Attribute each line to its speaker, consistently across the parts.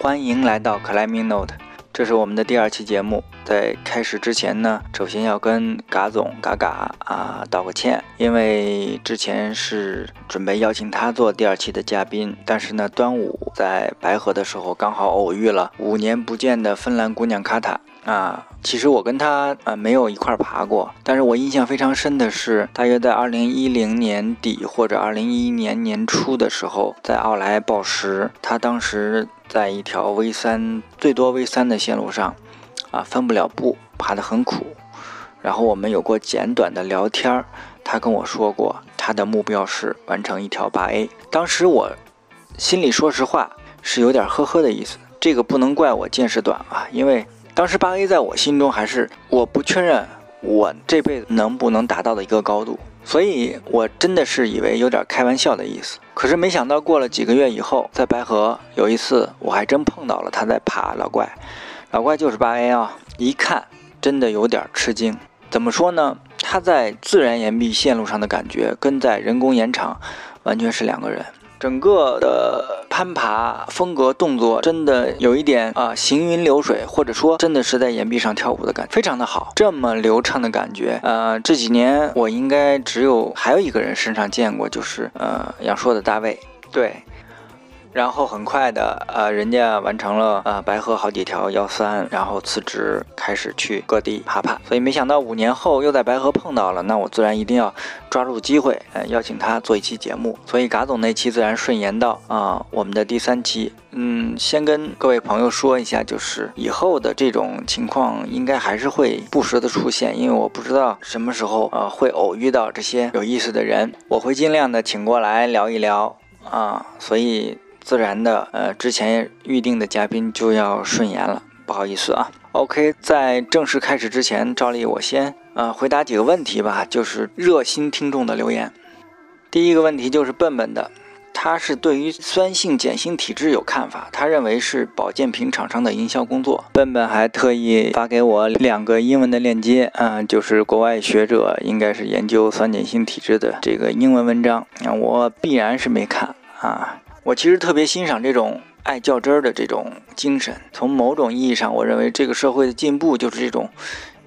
Speaker 1: 欢迎来到 Climbing Note，这是我们的第二期节目。在开始之前呢，首先要跟嘎总嘎嘎啊道个歉，因为之前是准备邀请他做第二期的嘉宾，但是呢，端午在白河的时候刚好偶遇了五年不见的芬兰姑娘卡塔。啊，其实我跟他啊没有一块爬过，但是我印象非常深的是，大约在二零一零年底或者二零一一年年初的时候，在奥莱报时，他当时在一条 V 三最多 V 三的线路上，啊翻不了步，爬得很苦。然后我们有过简短的聊天儿，他跟我说过他的目标是完成一条八 A，当时我心里说实话是有点呵呵的意思，这个不能怪我见识短啊，因为。当时八 A 在我心中还是我不确认我这辈子能不能达到的一个高度，所以我真的是以为有点开玩笑的意思。可是没想到过了几个月以后，在白河有一次我还真碰到了他在爬老怪，老怪就是八 A 啊，一看真的有点吃惊。怎么说呢？他在自然岩壁线路上的感觉跟在人工岩场完全是两个人。整个的攀爬风格、动作真的有一点啊、呃、行云流水，或者说真的是在岩壁上跳舞的感觉，非常的好。这么流畅的感觉，呃，这几年我应该只有还有一个人身上见过，就是呃杨烁的大卫，对。然后很快的，呃，人家完成了呃白河好几条幺三，然后辞职开始去各地爬爬，所以没想到五年后又在白河碰到了，那我自然一定要抓住机会，呃，邀请他做一期节目。所以嘎总那期自然顺延到啊、呃、我们的第三期，嗯，先跟各位朋友说一下，就是以后的这种情况应该还是会不时的出现，因为我不知道什么时候呃会偶遇到这些有意思的人，我会尽量的请过来聊一聊啊、呃，所以。自然的，呃，之前预定的嘉宾就要顺延了，不好意思啊。OK，在正式开始之前，照例我先呃回答几个问题吧，就是热心听众的留言。第一个问题就是笨笨的，他是对于酸性碱性体质有看法，他认为是保健品厂商的营销工作。笨笨还特意发给我两个英文的链接，嗯、呃，就是国外学者应该是研究酸碱性体质的这个英文文章，呃、我必然是没看啊。我其实特别欣赏这种爱较真儿的这种精神。从某种意义上，我认为这个社会的进步就是这种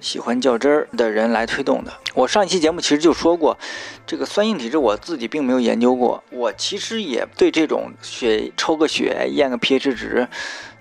Speaker 1: 喜欢较真儿的人来推动的。我上一期节目其实就说过，这个酸性体质我自己并没有研究过。我其实也对这种血抽个血、验个 pH 值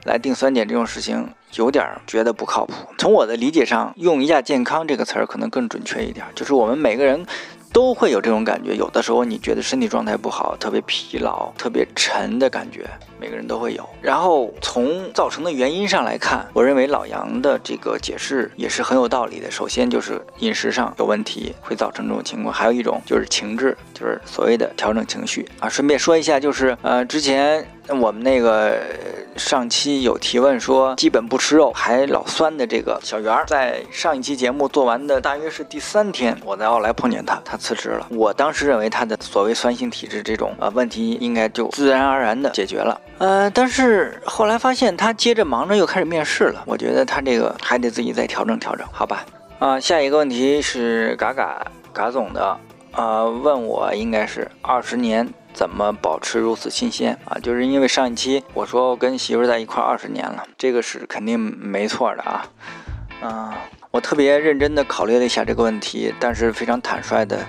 Speaker 1: 来定酸碱这种事情有点觉得不靠谱。从我的理解上，用一下“健康”这个词儿可能更准确一点，就是我们每个人。都会有这种感觉，有的时候你觉得身体状态不好，特别疲劳、特别沉的感觉，每个人都会有。然后从造成的原因上来看，我认为老杨的这个解释也是很有道理的。首先就是饮食上有问题会造成这种情况，还有一种就是情志，就是所谓的调整情绪啊。顺便说一下，就是呃之前。 那我们那个上期有提问说，基本不吃肉还老酸的这个小圆儿，在上一期节目做完的大约是第三天，我在奥莱碰见他，他辞职了。我当时认为他的所谓酸性体质这种呃问题，应该就自然而然的解决了。呃，但是后来发现他接着忙着又开始面试了，我觉得他这个还得自己再调整调整，好吧？啊、呃，下一个问题是嘎嘎嘎总的，呃，问我应该是二十年。怎么保持如此新鲜啊？就是因为上一期我说我跟媳妇在一块二十年了，这个是肯定没错的啊。嗯、呃，我特别认真的考虑了一下这个问题，但是非常坦率的，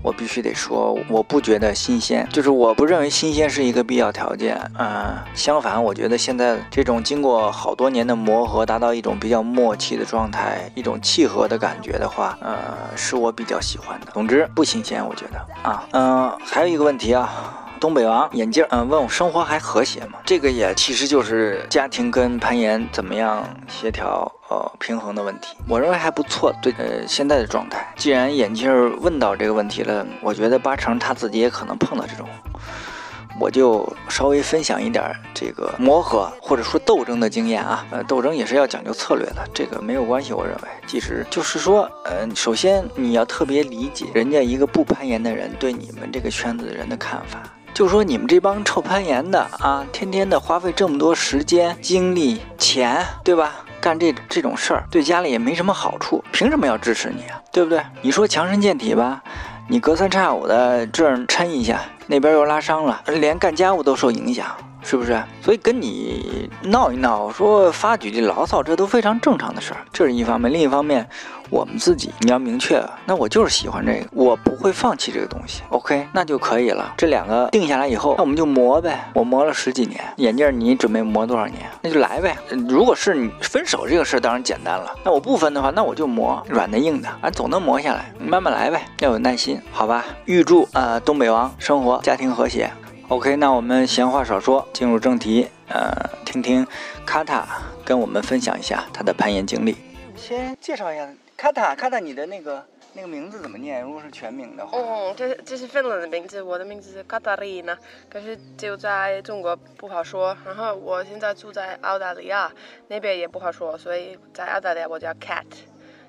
Speaker 1: 我必须得说，我不觉得新鲜，就是我不认为新鲜是一个必要条件。嗯、呃，相反，我觉得现在这种经过好多年的磨合，达到一种比较默契的状态，一种契合的感觉的话，呃，是我比较喜欢的。总之，不新鲜，我觉得啊。嗯、呃，还有一个问题啊。东北王眼镜，嗯，问我生活还和谐吗？这个也其实就是家庭跟攀岩怎么样协调呃平衡的问题。我认为还不错，对呃现在的状态。既然眼镜问到这个问题了，我觉得八成他自己也可能碰到这种，我就稍微分享一点这个磨合或者说斗争的经验啊。呃，斗争也是要讲究策略的，这个没有关系，我认为。即使就是说，呃，首先你要特别理解人家一个不攀岩的人对你们这个圈子的人的看法。就说你们这帮臭攀岩的啊，天天的花费这么多时间、精力、钱，对吧？干这这种事儿，对家里也没什么好处，凭什么要支持你啊？对不对？你说强身健体吧，你隔三差五的这儿抻一下，那边又拉伤了，连干家务都受影响。是不是？所以跟你闹一闹，说发几句牢骚，这都非常正常的事儿，这是一方面。另一方面，我们自己你要明确，那我就是喜欢这个，我不会放弃这个东西。OK，那就可以了。这两个定下来以后，那我们就磨呗。我磨了十几年，眼镜儿你准备磨多少年？那就来呗。呃如果是你分手这个事儿，当然简单了。那我不分的话，那我就磨软的硬的，啊，总能磨下来，慢慢来呗，要有耐心，好吧？预祝呃东北王生活家庭和谐。OK，那我们闲话少说，进入正题，呃，听听卡塔跟我们分享一下他的攀岩经历。先介绍一下卡塔，卡塔，你的那个那个名字怎么念？如果是全名的话，
Speaker 2: 哦，这这是芬兰的名字，我的名字是 Katarina，可是就在中国不好说。然后我现在住在澳大利亚，那边也不好说，所以在澳大利亚我叫 cat，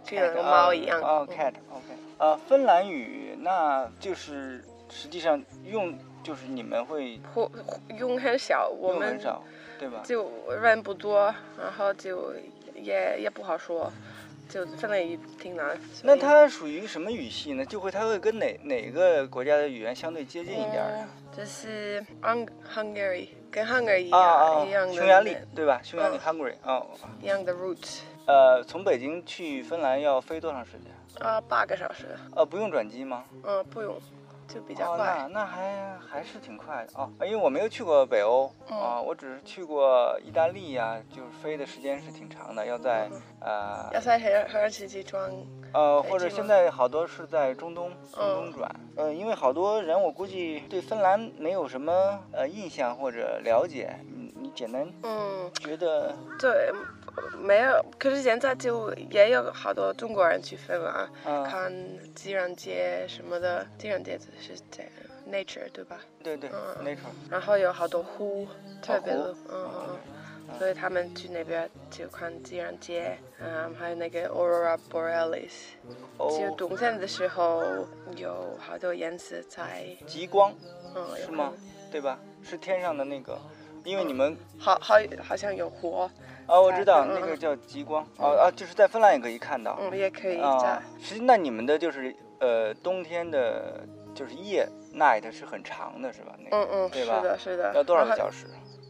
Speaker 2: 就像个猫一样。嗯
Speaker 1: 哦，cat，OK。呃，芬兰语那就是实际上用就是你们会
Speaker 2: 或用很少，我
Speaker 1: 用
Speaker 2: 们
Speaker 1: 很少，对吧？
Speaker 2: 就人不多，然后就也也不好说，就芬兰语挺难。所
Speaker 1: 那
Speaker 2: 以
Speaker 1: 它属于什么语系呢？就会它会跟哪哪个国家的语言相对接近一点儿呢？
Speaker 2: 哦就是 Hung Hungary 跟 Hungary 一
Speaker 1: 啊
Speaker 2: 样、
Speaker 1: 啊
Speaker 2: 呃一样，的
Speaker 1: 匈牙利对吧？匈牙利
Speaker 2: 嗯
Speaker 1: Hungary 哦，
Speaker 2: 一样的 route，
Speaker 1: 呃，从北京去芬兰要飞多长时间？
Speaker 2: 啊、八个小时，
Speaker 1: 呃，不用转机吗？
Speaker 2: 嗯，不用，就比较
Speaker 1: 哦，
Speaker 2: 快。
Speaker 1: 那那还还是挺快的哦，因为我没有去过北欧啊、
Speaker 2: 嗯
Speaker 1: 我只是去过意大利呀、就是飞的时间是挺长的，要在
Speaker 2: 嗯
Speaker 1: 呃
Speaker 2: 要在荷荷尔奇机装，
Speaker 1: 呃，
Speaker 2: 飞
Speaker 1: 或者
Speaker 2: 机
Speaker 1: 现
Speaker 2: 吗
Speaker 1: 在好多是在中东中东
Speaker 2: 嗯
Speaker 1: 转，嗯、因为好多人我估计对芬兰没有什么呃印象或者了解，你你简单
Speaker 2: 嗯，
Speaker 1: 觉得
Speaker 2: 对，没有。可是现在就也有好多中国人去芬兰、
Speaker 1: 嗯、
Speaker 2: 看自然界什么的，自然界是这样 nature 对吧？
Speaker 1: 对对
Speaker 2: 嗯
Speaker 1: ，nature，
Speaker 2: 然后有好多湖，特别
Speaker 1: 哦湖
Speaker 2: 的，嗯嗯嗯。
Speaker 1: 嗯
Speaker 2: 所以他们去那边就看自然界，嗯，还有那个 Aurora Borealis，就
Speaker 1: 哦，
Speaker 2: 冬天的时候有好多颜色在，
Speaker 1: 极光
Speaker 2: 嗯，
Speaker 1: 是
Speaker 2: 有嗯
Speaker 1: 吗？对吧？是天上的那个，因为你们
Speaker 2: 好好好像有湖，
Speaker 1: 哦，我知道
Speaker 2: 嗯嗯
Speaker 1: 那个
Speaker 2: 嗯
Speaker 1: 叫极光，哦哦，就是在芬兰也可以看到。
Speaker 2: 嗯，也可以在
Speaker 1: 啊，，实际那你们的就是呃，冬天的就是夜 night 是很长的，是吧？那个
Speaker 2: 嗯嗯，
Speaker 1: 哦对
Speaker 2: 是
Speaker 1: 吧
Speaker 2: 的，是的。
Speaker 1: 要多少个
Speaker 2: 时？
Speaker 1: 小时？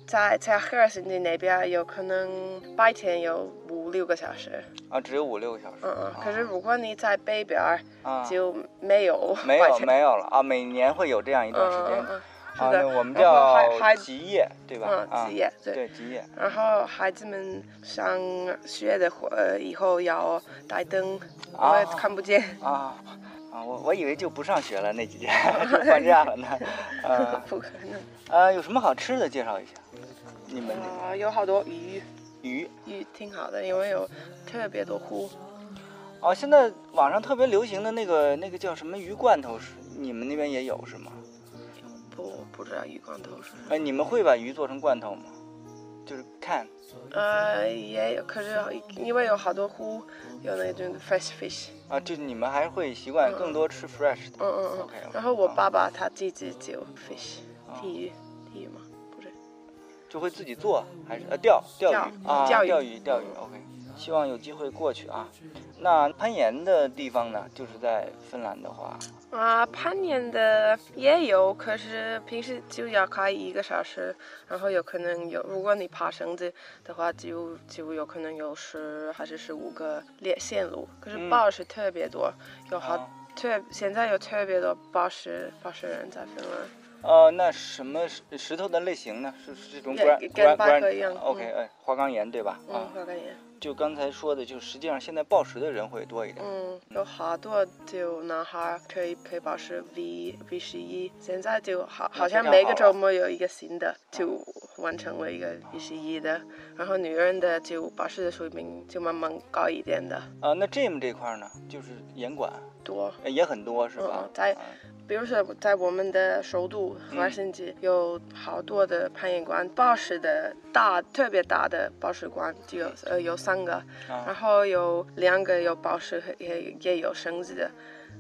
Speaker 2: 在在赫尔辛基那边，有可能白天有五六个小时。
Speaker 1: 啊，只有五六个小时。
Speaker 2: 嗯嗯
Speaker 1: 啊。
Speaker 2: 可是如果你在北边儿，
Speaker 1: 啊，
Speaker 2: 就没有
Speaker 1: 没有
Speaker 2: 白天。
Speaker 1: 没有了啊，每年会有这样一
Speaker 2: 嗯
Speaker 1: 段时
Speaker 2: 嗯
Speaker 1: 间
Speaker 2: 嗯，嗯是
Speaker 1: 啊，
Speaker 2: 的。
Speaker 1: 那我们
Speaker 2: 然后还
Speaker 1: 叫
Speaker 2: 还
Speaker 1: 极夜，对吧？啊
Speaker 2: 嗯，职，业对。
Speaker 1: 对极夜。
Speaker 2: 然后孩子们上学的话，呃，以后要带灯，我也
Speaker 1: 啊
Speaker 2: 看不见，
Speaker 1: 啊啊，我我以为就不上学了那 几天，就放假了呢。呃
Speaker 2: 不可能。
Speaker 1: 呃，有什么好吃的介绍一下？你们那边
Speaker 2: 啊，有好多鱼，
Speaker 1: 鱼
Speaker 2: 鱼挺好的，因为有特别多湖。
Speaker 1: 哦，现在网上特别流行的那个那个叫什么鱼罐头，是你们那边也有是吗？
Speaker 2: 不不知道鱼缸头是什么。
Speaker 1: 哎，你们会把鱼做成罐头吗？就是看
Speaker 2: 呃，也有，可是因为有好多湖，有那种 fresh fish，
Speaker 1: 啊，就是你们还会习惯
Speaker 2: 嗯
Speaker 1: 更多吃 fresh 的。
Speaker 2: 嗯嗯
Speaker 1: OK，OK，啊
Speaker 2: 嗯。然后我
Speaker 1: 好
Speaker 2: 爸爸他自己就 fish，
Speaker 1: 哦
Speaker 2: 体育，体育吗？不是，
Speaker 1: 就会自己做，还是呃钓钓鱼
Speaker 2: 钓
Speaker 1: 啊
Speaker 2: 钓鱼
Speaker 1: 钓鱼钓鱼 OK，希望有机会过去啊。那攀岩的地方呢，就是在芬兰的话，
Speaker 2: 啊，攀岩的也有，可是平时就要开一个小时，然后有可能有，如果你爬绳子的话，就就有可能有十还是十五个列线路，可是
Speaker 1: 嗯
Speaker 2: b 是特别多，有好
Speaker 1: 啊
Speaker 2: 特现在有特别多 b 石 s 石人在芬兰。
Speaker 1: 呃，那什么石石头的类型呢？是是这种
Speaker 2: 对
Speaker 1: gran
Speaker 2: 跟
Speaker 1: gran
Speaker 2: 巴克
Speaker 1: gran
Speaker 2: 一样
Speaker 1: OK，哎，花岗岩对吧？
Speaker 2: 嗯
Speaker 1: 啊，，
Speaker 2: 我感觉。
Speaker 1: 就刚才说的，就实际上现在暴食的人会多一点。
Speaker 2: 嗯，有好多就男孩儿可以可以保持 V V 十一，现在就好好像每个周末有一个新的，就完成了一个 V 十一的，然后女人的就保持的水平就慢慢高一点的
Speaker 1: 啊，那 gym 这块呢，就是严管
Speaker 2: 多。
Speaker 1: 呃也很多是吧
Speaker 2: 嗯，？在
Speaker 1: 啊
Speaker 2: 比如说在我们的首都
Speaker 1: 嗯
Speaker 2: 赫尔辛基有好多的攀岩馆，宝石的大特别大的宝石馆就有呃有三个，
Speaker 1: 啊
Speaker 2: 然后有两个有宝石和也也有绳子的，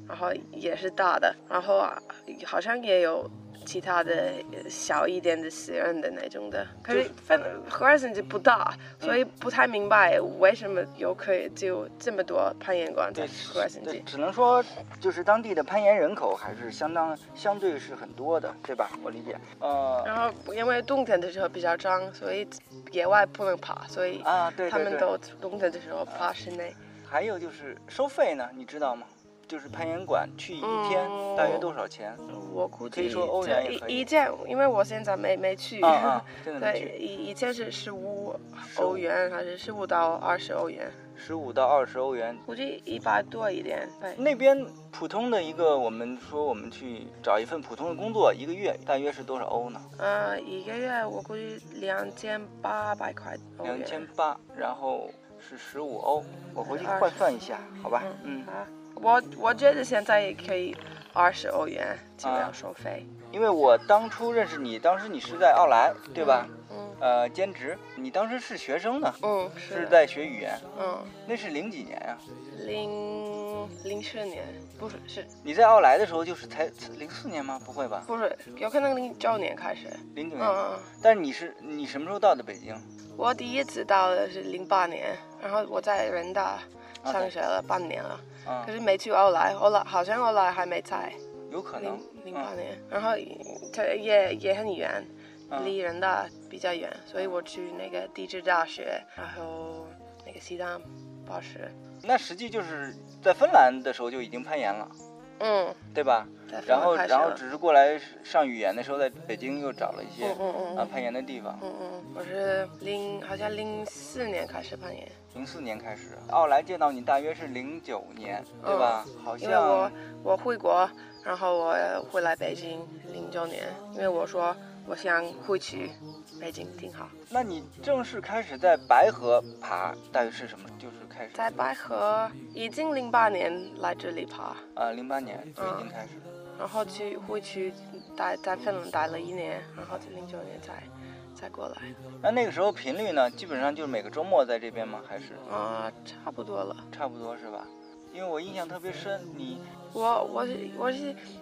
Speaker 2: 然后也是大的，然后啊好像也有其他的呃小一点的私人的那种的。可是反荷尔森就不大，所
Speaker 1: 嗯
Speaker 2: 以不太明白为什么游客就这么多攀岩馆在荷尔森
Speaker 1: 对，
Speaker 2: 基。
Speaker 1: 只能说就是当地的攀岩人口还是相当相对是很多的，对吧？我理解。呃
Speaker 2: 然后因为冬天的时候比较脏，所以野外不能爬，所以
Speaker 1: 啊，对
Speaker 2: 嗯他
Speaker 1: 对
Speaker 2: 们
Speaker 1: 对。
Speaker 2: 都冬天的时候爬室内。
Speaker 1: 还有就是收费呢，你知道吗？就是攀岩馆去一天
Speaker 2: 嗯
Speaker 1: 大约多少钱？
Speaker 2: 我估计
Speaker 1: 可以说欧元也
Speaker 2: 这
Speaker 1: 可以
Speaker 2: 一一件，因为我现在没没去。
Speaker 1: 啊 啊，真的能
Speaker 2: 对，
Speaker 1: 去？
Speaker 2: 一一件是十五
Speaker 1: 15
Speaker 2: 欧元，还是十五到二十欧元，
Speaker 1: 十五到二十欧元。
Speaker 2: 估计一百多一点。对，
Speaker 1: 那边普通的一个，我们说我们去找一份普通的工作，一个月大约是多少欧呢？
Speaker 2: 呃，一个月我估计两千八百块欧元。
Speaker 1: 两千八，然后是十五欧，我回去换算一下，好吧？嗯，
Speaker 2: 啊，我我觉得现在也可以二十欧元就
Speaker 1: 啊
Speaker 2: 要收费。
Speaker 1: 因为我当初认识你，当时你是在奥莱，对吧？
Speaker 2: 嗯
Speaker 1: 呃，兼职，你当时是学生呢，
Speaker 2: 嗯，
Speaker 1: 是
Speaker 2: 是的。
Speaker 1: 在学语言，
Speaker 2: 嗯，
Speaker 1: 那是零几年啊？
Speaker 2: 零零四年不是是
Speaker 1: 你在奥莱的时候就是才零四年吗？不会吧？
Speaker 2: 不是有可能零九年开始。
Speaker 1: 零九
Speaker 2: 嗯
Speaker 1: 年。
Speaker 2: 嗯。
Speaker 1: 但是你是你什么时候到的北京？
Speaker 2: 我第一次到的是零八年，然后我在人大
Speaker 1: OK
Speaker 2: 上学了半年了
Speaker 1: 啊
Speaker 2: 可，是没去欧莱，欧莱好像欧莱还没在
Speaker 1: 有可能
Speaker 2: 零。零八年，然后它也也很远，
Speaker 1: 嗯
Speaker 2: 离人大比较远，所以我去那个地质大学，然后那个西藏宝石，
Speaker 1: 那实际就是在芬兰的时候就已经攀岩了，
Speaker 2: 嗯，
Speaker 1: 对吧？
Speaker 2: 在芬
Speaker 1: 然后
Speaker 2: 兰开始
Speaker 1: 然后
Speaker 2: 了，
Speaker 1: 只是过来上语言的时候，在北京又找了一些
Speaker 2: 嗯嗯嗯
Speaker 1: 啊
Speaker 2: 嗯
Speaker 1: 攀岩的地方。
Speaker 2: 嗯嗯，我是零好像零四年开始攀岩，
Speaker 1: 零四年开始，啊奥莱见到你大约是零九年，对吧？好
Speaker 2: 嗯哦因为我
Speaker 1: 像
Speaker 2: 我回国，然后我回来北京零九年，因为我说我想回去北京挺好，
Speaker 1: 那你正式开始在白河爬，大约是什么？就是开始
Speaker 2: 在白河已经零八年来这里爬，
Speaker 1: 啊，零八年
Speaker 2: 嗯
Speaker 1: 就已经开始。
Speaker 2: 然后去回去待在芬兰待了一年，然后零九年才才过来，
Speaker 1: 那那个时候频率呢，基本上就是每个周末在这边吗？还是
Speaker 2: 啊、差不多了。
Speaker 1: 差不多是吧？因为我印象特别深，你
Speaker 2: 我我是我是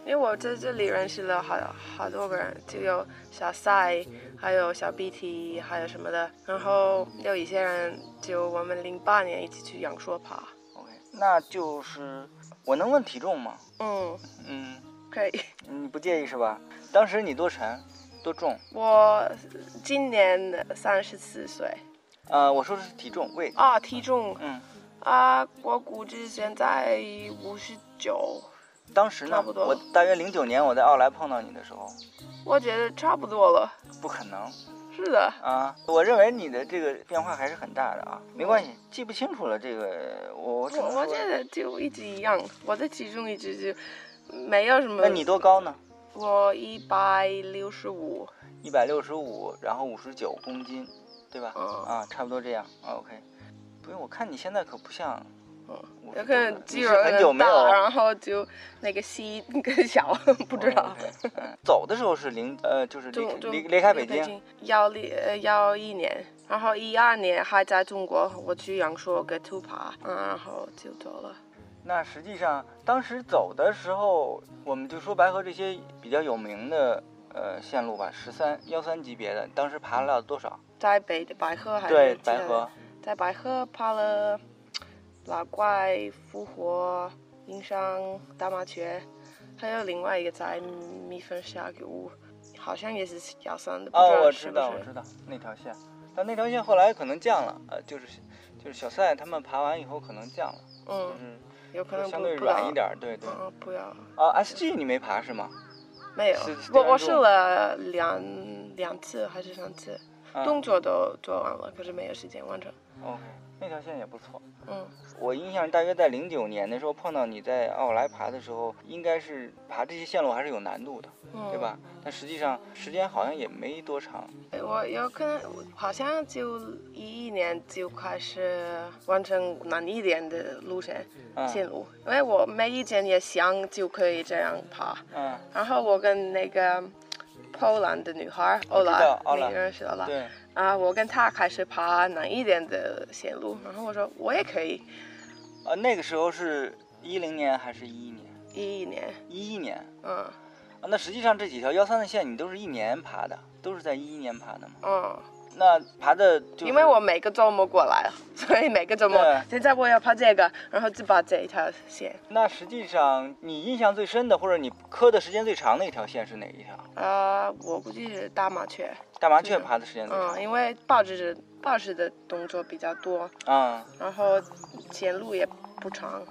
Speaker 2: 因为我在这里认识了好好多个人，就有小赛，还有小 BT，还有什么的。然后有一些人就我们零八年一起去阳朔爬，
Speaker 1: OK，那就是我能问体重吗？
Speaker 2: 嗯，
Speaker 1: 嗯，
Speaker 2: 可以。
Speaker 1: 你不介意是吧？当时你多沉，多重？
Speaker 2: 我今年三十四岁
Speaker 1: 呃，我说的是体重，weight。
Speaker 2: 啊，体重
Speaker 1: 嗯，
Speaker 2: 啊，我估计现在五十九，
Speaker 1: 当时呢，
Speaker 2: 差不多
Speaker 1: 我大约零九年我在奥莱碰到你的时候，
Speaker 2: 我觉得差不多了。
Speaker 1: 不可能
Speaker 2: 是的，
Speaker 1: 啊！我认为你的这个变化还是很大的啊。没关系，记不清楚了，这个我我只能
Speaker 2: 我
Speaker 1: 说
Speaker 2: 我觉得就一直一样，我的体重一直就没有什么。
Speaker 1: 那你多高呢？
Speaker 2: 我一百六十五，
Speaker 1: 一百六十五，然后五十九公斤，对吧？
Speaker 2: 嗯
Speaker 1: 啊，差不多这样。啊 OK，不用，我看你现在可不像。我
Speaker 2: 有可能肌肉
Speaker 1: 你是很久
Speaker 2: 很
Speaker 1: 没
Speaker 2: 大，
Speaker 1: 有
Speaker 2: 然后就那个膝更小，不知道。
Speaker 1: OK，嗯走的时候是零呃，就是离
Speaker 2: 就
Speaker 1: 开
Speaker 2: 就
Speaker 1: 离离开北京，
Speaker 2: 幺零呃幺一年，然后一二年还在中国，我去阳朔给兔爬，嗯，然后就走了。
Speaker 1: 那实际上当时走的时候，我们就说白河这些比较有名的呃线路吧，十三幺三级别的，当时爬了多少？
Speaker 2: 在北白河还是
Speaker 1: 对，
Speaker 2: 在
Speaker 1: 白河，
Speaker 2: 在白河爬了老怪、复活、银山、大麻雀，还有另外一个在蜜蜂峡谷，好像也是幺三的，不
Speaker 1: 哦，我
Speaker 2: 是
Speaker 1: 知
Speaker 2: 不
Speaker 1: 道，我
Speaker 2: 是
Speaker 1: 知道那条线，但那条线后来可能降了，呃，就是就是小赛他们爬完以后可能降了，就
Speaker 2: 嗯，
Speaker 1: 是
Speaker 2: 有可能
Speaker 1: 相
Speaker 2: 不
Speaker 1: 对
Speaker 2: 不
Speaker 1: 软
Speaker 2: 要
Speaker 1: 一点儿，对对。
Speaker 2: 嗯，不要，
Speaker 1: 啊，SG 你没爬是吗？
Speaker 2: 没有
Speaker 1: 是是，
Speaker 2: 我
Speaker 1: 两
Speaker 2: 我
Speaker 1: 种
Speaker 2: 试了两两次还是三次，
Speaker 1: 啊
Speaker 2: 动作都做完了，可是没有时间完成。
Speaker 1: ，OK，那条线也不错。
Speaker 2: 嗯，
Speaker 1: 我印象大约在零九年的时候碰到你在奥莱爬的时候，应该是爬这些线路还是有难度的，
Speaker 2: 嗯
Speaker 1: 对？吧？但实际上时间好像也没多长。
Speaker 2: 我有可能好像就一一年就开始完成难一点的路线
Speaker 1: 嗯
Speaker 2: 线路，因为我没以前也想就可以这样爬，
Speaker 1: 嗯，
Speaker 2: 然后我跟那个。波兰的女孩欧
Speaker 1: 我知
Speaker 2: 拉
Speaker 1: 道，欧拉
Speaker 2: 你认识欧拉？
Speaker 1: 对，
Speaker 2: 啊，我跟她开始爬难一点的线路，然后我说我也可以，
Speaker 1: 呃，那个时候是一零年还是一一年？
Speaker 2: 一一年，
Speaker 1: 一一年啊
Speaker 2: 嗯，
Speaker 1: 那实际上这几条幺三的线你都是一年爬的，都是在一一年爬的嘛。
Speaker 2: 嗯，
Speaker 1: 那爬的就是
Speaker 2: 因为我每个周末过来，所以每个周末
Speaker 1: 对
Speaker 2: 现在我要爬这个，然后就爬这一条线。
Speaker 1: 那实际上你印象最深的或者你磕的时间最长的一条线是哪一条？
Speaker 2: 啊，我估计是大麻雀，
Speaker 1: 大麻雀
Speaker 2: 是的
Speaker 1: 爬的时间最长
Speaker 2: 嗯，因为报纸报纸的动作比较多，
Speaker 1: 啊、
Speaker 2: 然后前路也不长。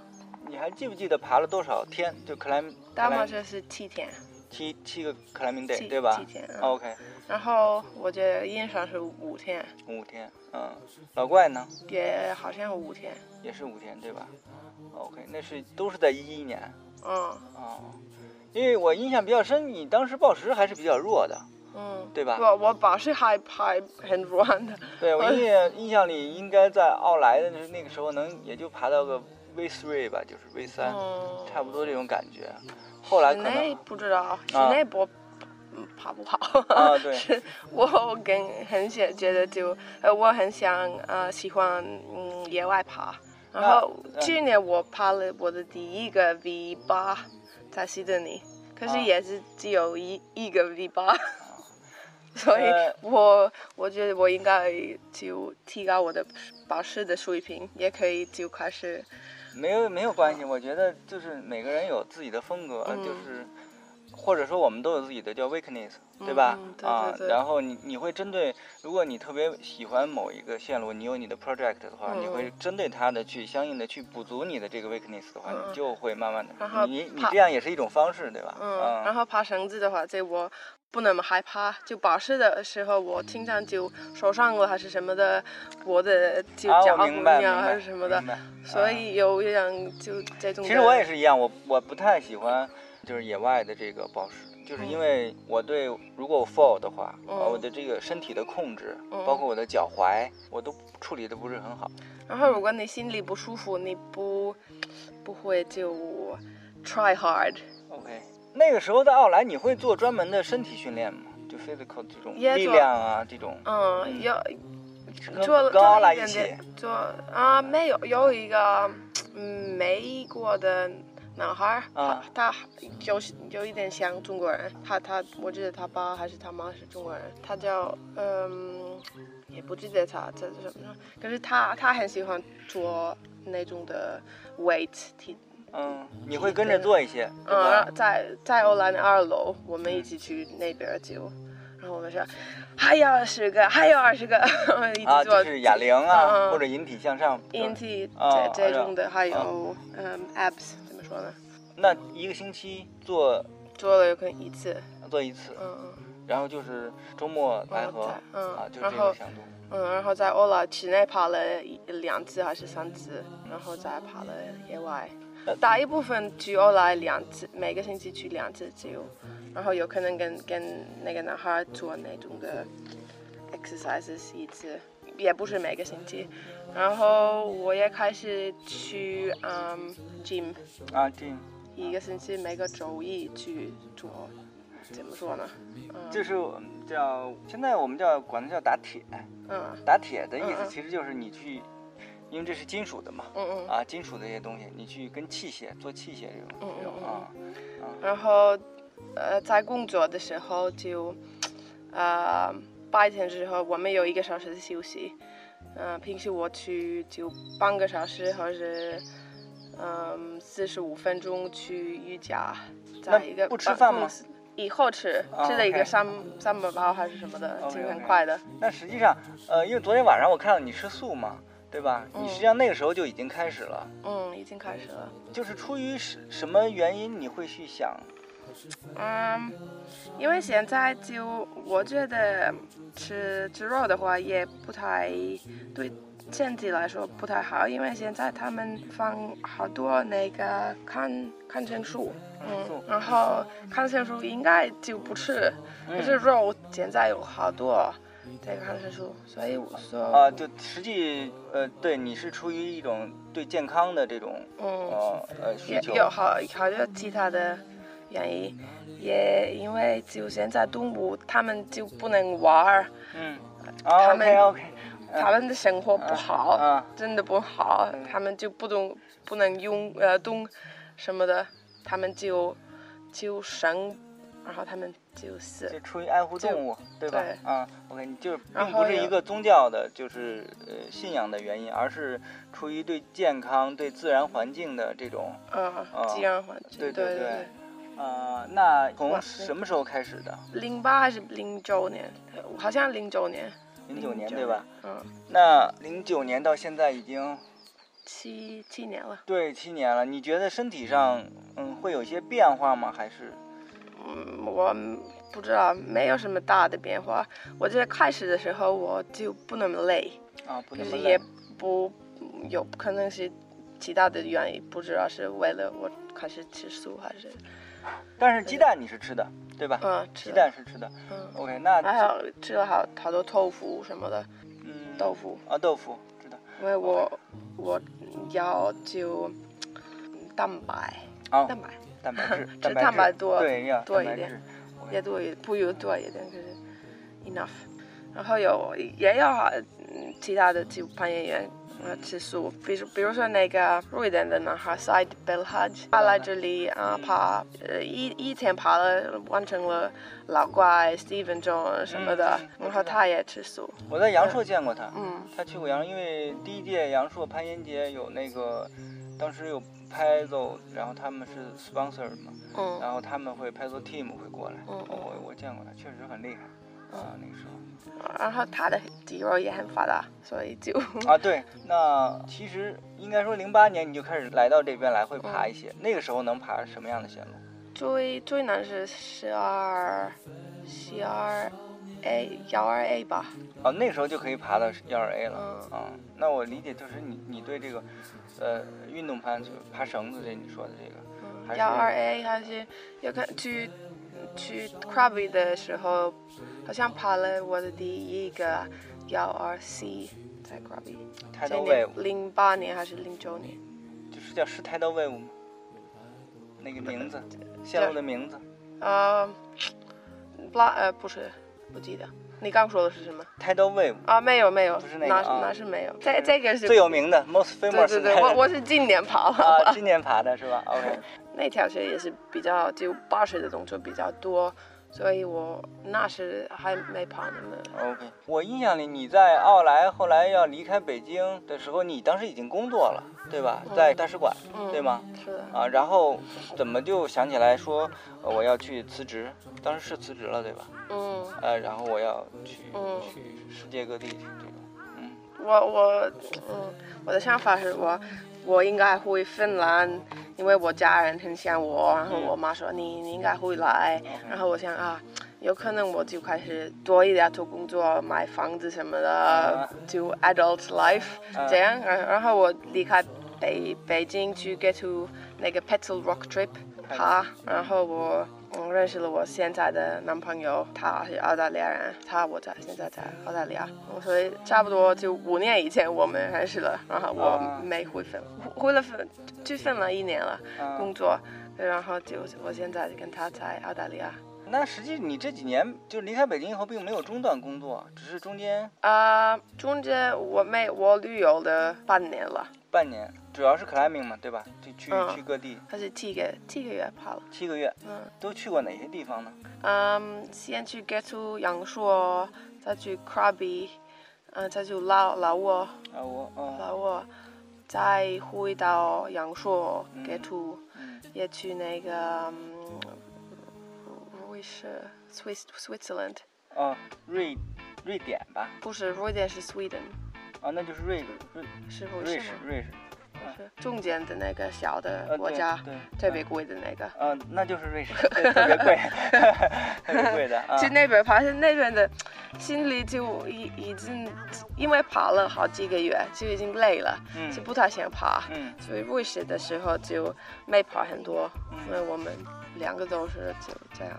Speaker 1: 你还记不记得爬了多少天？就克莱
Speaker 2: 大麻雀是七天，
Speaker 1: 七七个克莱明 day
Speaker 2: 七
Speaker 1: 对吧
Speaker 2: 七天。嗯、
Speaker 1: ？OK，
Speaker 2: 然后我觉得印象是五天，
Speaker 1: 五天。嗯，老怪呢
Speaker 2: 也好像五天。
Speaker 1: 也是五天对吧？OK，那是都是在一一年
Speaker 2: 嗯
Speaker 1: 哦。因为我印象比较深，你当时报时还是比较弱的，
Speaker 2: 嗯，
Speaker 1: 对吧？
Speaker 2: 我我保是还还很软的。
Speaker 1: 对我印象印象里应该在奥莱的那个时候能也就爬到个 V three 吧，就是 V 三、
Speaker 2: 嗯，
Speaker 1: 差不多这种感觉。啊后来
Speaker 2: 室
Speaker 1: 可
Speaker 2: 内
Speaker 1: 能
Speaker 2: 不知道，室
Speaker 1: 啊
Speaker 2: 内不嗯爬不好。
Speaker 1: 啊对
Speaker 2: 是我跟很想觉得就呃，我很想呃喜欢嗯野外爬。然后
Speaker 1: 那嗯
Speaker 2: 去年我爬了我的第一个 V 八，在西德尼，可
Speaker 1: 啊哦
Speaker 2: 是也是只有一、一个 V 八。 所以
Speaker 1: 呃
Speaker 2: 我我觉得我应该就提高我的保湿的水平，也可以就开始
Speaker 1: 没有没有关系，我觉得就是每个人有自己的风格，
Speaker 2: 嗯
Speaker 1: 就是或者说我们都有自己的叫 weakness，对吧？
Speaker 2: 嗯对
Speaker 1: 啊
Speaker 2: 对，对
Speaker 1: 然后你你会针对，如果你特别喜欢某一个线路，你有你的 project 的话，
Speaker 2: 嗯
Speaker 1: 你会针对它的去相应的去补足你的这个 weakness 的话，
Speaker 2: 嗯
Speaker 1: 你就会慢慢
Speaker 2: 然后
Speaker 1: 的，你你
Speaker 2: 怕
Speaker 1: 这样也是一种方式，对吧？啊
Speaker 2: 嗯，然后爬绳子的话，这我不那么害怕。就保湿的时候，我经常就受伤了还是什么的，我的就
Speaker 1: 啊，
Speaker 2: 脚
Speaker 1: 我
Speaker 2: 骨
Speaker 1: 明白，
Speaker 2: 呀
Speaker 1: 明
Speaker 2: 还
Speaker 1: 白，
Speaker 2: 是什么的
Speaker 1: 明，白啊
Speaker 2: 所以有一点就这种的。
Speaker 1: 其实我也是一样，我我不太喜欢就是野外的这个暴食，就是因为我对如果我 fall 的话，
Speaker 2: 嗯
Speaker 1: 呃我的这个身体的控制，
Speaker 2: 嗯
Speaker 1: 包括我的脚踝，我都处理的不是很好。
Speaker 2: 然后如果你心里不舒服，你不不会就 try hard，
Speaker 1: OK，那个时候在奥莱，你会做专门的身体训练吗？就 physical 这种
Speaker 2: 也做
Speaker 1: 力量啊，这种
Speaker 2: 嗯，有
Speaker 1: 跟
Speaker 2: 做了
Speaker 1: 跟奥
Speaker 2: 做了
Speaker 1: 莱
Speaker 2: 一
Speaker 1: 一
Speaker 2: 点
Speaker 1: 起
Speaker 2: 点，做啊，没有有一个嗯美国的男孩儿，
Speaker 1: 啊
Speaker 2: 他他有有一点像中国人，他他我记得他爸还是他妈是中国人，他叫嗯也不记得他这是什么，可是他他很喜欢做那种的 weight 体。
Speaker 1: 嗯，你会跟着做一些，对吧？
Speaker 2: 嗯，在在欧兰的二楼，我们一起去那边儿就，然后我们说还有二十个，还有二十个， 我们一
Speaker 1: 啊，
Speaker 2: 起做、
Speaker 1: 就是哑铃啊，
Speaker 2: 嗯
Speaker 1: 或者引体向上。
Speaker 2: 引体
Speaker 1: 啊
Speaker 2: E 这这种的，哦还有嗯 abs 怎么说呢？
Speaker 1: 那一个星期做
Speaker 2: 做了有可能一次，
Speaker 1: 做一次，
Speaker 2: 嗯
Speaker 1: 然后就是周末来
Speaker 2: 嗯，
Speaker 1: 和
Speaker 2: 在嗯
Speaker 1: 啊，就是
Speaker 2: 然
Speaker 1: 这个
Speaker 2: 后
Speaker 1: 强度。
Speaker 2: 嗯，然后在 Ola 室内爬了一两次还是三次，然后再爬了野外
Speaker 1: 呃。
Speaker 2: 大一部分去欧莱两次，每个星期去两次只有，然后有可能跟跟那个男孩做那种的 exercises 一次，也不是每个星期。然后我也开始去嗯 gym，
Speaker 1: 啊，
Speaker 2: 嗯
Speaker 1: 这
Speaker 2: 一个星期每个周一去做，怎么说呢？
Speaker 1: 这是我们叫现在我们叫管它叫打铁，
Speaker 2: 嗯
Speaker 1: 打铁的意
Speaker 2: 嗯
Speaker 1: 思
Speaker 2: 嗯
Speaker 1: 其实就是你去，因为这是金属的嘛，
Speaker 2: 嗯嗯。
Speaker 1: 啊，金属的一些东西，你去跟器械做器械这种这种啊，
Speaker 2: 嗯然后，呃，在工作的时候就，呃，白天的时候我们有一个小时的休息，呃，平时我去就半个小时或者，嗯、四十五分钟去瑜伽，在一个
Speaker 1: 不吃饭吗
Speaker 2: 办公室？以后吃，
Speaker 1: 啊
Speaker 2: 吃了一
Speaker 1: OK
Speaker 2: 个三三本包还是什么的，就
Speaker 1: OK，OK
Speaker 2: 很快的。
Speaker 1: 那实际上，呃，因为昨天晚上我看到你吃素嘛，对吧？
Speaker 2: 嗯
Speaker 1: 你实际上那个时候就已经开始了，
Speaker 2: 嗯，已经开始了。
Speaker 1: 就是出于什什么原因你会去想
Speaker 2: 嗯，因为现在就我觉得吃吃肉的话也不太对身体来说不太好，因为现在他们放好多那个抗抗生素，
Speaker 1: 吃素
Speaker 2: 嗯，？然后抗生素应该就不吃，可是
Speaker 1: 嗯，
Speaker 2: 肉现在有好多这个抗生素，所以我说，
Speaker 1: 啊，就实际，呃，对，你是出于一种对健康的这种
Speaker 2: 嗯。
Speaker 1: 呃呃需
Speaker 2: 也
Speaker 1: 求，
Speaker 2: 有好好多其他的原因，也因为就现在动物它们就不能玩儿，
Speaker 1: 嗯
Speaker 2: 他们
Speaker 1: ，OK OK，
Speaker 2: 它们的生活不好，
Speaker 1: 啊
Speaker 2: 真的不好，它们就不懂不能用呃动什么的，它们就就生啊、然后他们就是
Speaker 1: 就出于爱护动物，对吧
Speaker 2: 对？
Speaker 1: 啊，OK，你就是
Speaker 2: 然
Speaker 1: 并不
Speaker 2: 后
Speaker 1: 是
Speaker 2: 有
Speaker 1: 一个宗教的，就是呃信仰的原因，而是出于对健康、对自然环境的这种。
Speaker 2: 啊
Speaker 1: 啊，
Speaker 2: 自然环境，
Speaker 1: 对
Speaker 2: 对
Speaker 1: 对
Speaker 2: 对。
Speaker 1: 呃，那从
Speaker 2: 哇
Speaker 1: 什么时候开始的？
Speaker 2: 零八还是零九年？呃好像零九年，
Speaker 1: 零九年
Speaker 2: 09
Speaker 1: 对吧？
Speaker 2: 嗯，
Speaker 1: 那零九年到现在已经
Speaker 2: 七七年了。
Speaker 1: 对七年了，你觉得身体上嗯会有一些变化吗？还是
Speaker 2: 嗯，我不知道，没有什么大的变化。我觉得开始的时候我就不那么累，
Speaker 1: 啊不
Speaker 2: 可
Speaker 1: 那么
Speaker 2: 是
Speaker 1: 累
Speaker 2: 也不有可能是其他的原因，不知道是为了我开始吃素还是
Speaker 1: 但是鸡蛋你是吃的对吧？
Speaker 2: 嗯吃
Speaker 1: 鸡
Speaker 2: 了
Speaker 1: 蛋是吃的。
Speaker 2: 嗯，
Speaker 1: OK，那
Speaker 2: 还有吃了好好多豆腐什么的
Speaker 1: 嗯
Speaker 2: 豆腐，
Speaker 1: 啊豆腐知道
Speaker 2: 因为我我要就嗯蛋白
Speaker 1: 啊
Speaker 2: 蛋白
Speaker 1: 蛋白质
Speaker 2: 吃
Speaker 1: 白
Speaker 2: 蛋白
Speaker 1: 质
Speaker 2: 多
Speaker 1: 对要
Speaker 2: 多
Speaker 1: 蛋
Speaker 2: 一
Speaker 1: 白
Speaker 2: 点
Speaker 1: 质
Speaker 2: 也多一不如多一点，可是 enough。然后有也有好嗯其他的就攀岩员。呃，吃素，比如比如说那个瑞典的男孩 Said Belhaj，他来这里啊、爬，呃一一天爬了完成了老怪 Steven John 什么的
Speaker 1: 嗯，嗯
Speaker 2: 然后他也吃素，
Speaker 1: 我在阳朔见过他，
Speaker 2: 嗯
Speaker 1: 他去过阳，因为第一届阳朔攀岩节有那个，当时有拍走，然后他们是 sponsor 嘛，
Speaker 2: 嗯
Speaker 1: 然后他们会拍走 team 会过来，
Speaker 2: 嗯嗯
Speaker 1: 我我见过他，确实很厉害啊，那个时候。
Speaker 2: 然后他的肌肉也很发达，所以就
Speaker 1: 啊，对，那其实应该说零八年你就开始来到这边来，会爬
Speaker 2: 嗯
Speaker 1: 一些。那个时候能爬什么样的线路？
Speaker 2: 最最难是十二十二 A 幺二 A 吧，
Speaker 1: 哦，那个时候就可以爬到幺二 A 了。
Speaker 2: 嗯
Speaker 1: 嗯，那我理解就是你你对这个，呃，运动攀就是爬绳子这你说的这个，还是
Speaker 2: 幺二 A 还是有看去去 Krabi 的时候，好像爬了我的第一个幺二 C 在 Krabi，
Speaker 1: 抬头
Speaker 2: 今
Speaker 1: wave
Speaker 2: 年。零八年还是零九年，
Speaker 1: 就是叫石台刀威武吗？那个名字，线路的名字，
Speaker 2: 呃，不啦呃不是，不记得。你刚说的是什么
Speaker 1: 台刀威武，
Speaker 2: 啊？没有没有，
Speaker 1: 不是那个
Speaker 2: 那是
Speaker 1: 啊
Speaker 2: 那是没有，这这个是
Speaker 1: 最有名的 most
Speaker 2: 对
Speaker 1: famous
Speaker 2: 对
Speaker 1: 的
Speaker 2: 对，我我是今年爬了。
Speaker 1: 啊，今年爬的是吧？OK，
Speaker 2: 那条鞋也是比较就巴士的动作比较多，所以我那时还没跑那么。
Speaker 1: OK，我印象里你在奥莱后来要离开北京的时候，你当时已经工作了，对吧？在大使馆，
Speaker 2: 嗯，
Speaker 1: 对吗？
Speaker 2: 是的，
Speaker 1: 啊，然后怎么就想起来说呃我要去辞职？当时是辞职了，对吧？
Speaker 2: 嗯，
Speaker 1: 呃，然后我要去
Speaker 2: 嗯
Speaker 1: 去世界各地去这个，嗯，
Speaker 2: 我我嗯，我的想法是我我应该回芬兰，因为我家人很想我，然后我妈说你你应该回来，然后我想啊。有可能我就开始多一点做工作，买房子什么的
Speaker 1: 啊，
Speaker 2: 就 adult life
Speaker 1: 啊
Speaker 2: 这样。然然后我离开北北京去 get to 那个 Petal Rock Trip 爬，然后我嗯认识了我现在的男朋友，他是澳大利亚人，他我在现在在澳大利亚，嗯所以差不多就五年以前我们认识了，然
Speaker 1: 啊
Speaker 2: 后我没回芬，回了芬去芬兰一年了
Speaker 1: 啊
Speaker 2: 工作，然后就我现在跟他在澳大利亚。
Speaker 1: 那实际你这几年就离开北京以后，并没有中断工作，只是中间
Speaker 2: 啊、中间我没我旅游了半年了，
Speaker 1: 半年，主要是 climbing 嘛，对吧？就去、
Speaker 2: 嗯
Speaker 1: 去各地，
Speaker 2: 还是七个七个月爬了。
Speaker 1: 七个月
Speaker 2: 嗯
Speaker 1: 都去过哪些地方呢？
Speaker 2: 嗯，先去 get to 阳朔，再去 Krabi，嗯，再去老老挝，
Speaker 1: 啊，我哦，
Speaker 2: 老挝，再回到阳朔
Speaker 1: 嗯
Speaker 2: get to，、
Speaker 1: 嗯
Speaker 2: 也去那个嗯，瑞士 Swiss Switzerland，
Speaker 1: 哦，瑞瑞典吧，
Speaker 2: 不是瑞典是 Sweden，
Speaker 1: 啊，那就是瑞瑞
Speaker 2: 是瑞
Speaker 1: 瑞
Speaker 2: 士
Speaker 1: 士
Speaker 2: 吗？
Speaker 1: 瑞士，
Speaker 2: 是中间的那个小的
Speaker 1: 呃，
Speaker 2: 国
Speaker 1: 对
Speaker 2: 家，
Speaker 1: 对，
Speaker 2: 特别贵的那个。
Speaker 1: 嗯，呃那就是 瑞士，对特别贵， 特别贵的啊，
Speaker 2: 去那边爬山，那边的心里就已已经因为爬了好几个月，就已经累了，
Speaker 1: 嗯
Speaker 2: 就不太想爬。
Speaker 1: 嗯
Speaker 2: 所以瑞士的时候就没爬很多，因为
Speaker 1: 嗯
Speaker 2: 我们两个都是就这样，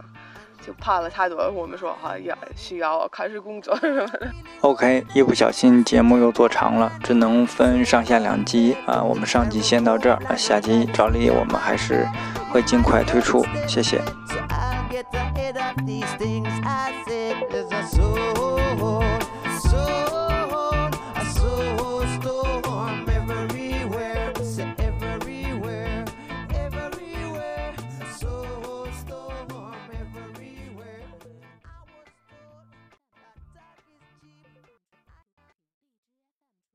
Speaker 2: 就爬了太多。我们说好要需要开始工作
Speaker 1: ，OK，一不小心节目又做长了，只能分上下两集啊，我们上集先到这儿，啊下集照例我们还是会尽快推出，谢谢。
Speaker 3: So I get ahead of these things I said as a soul.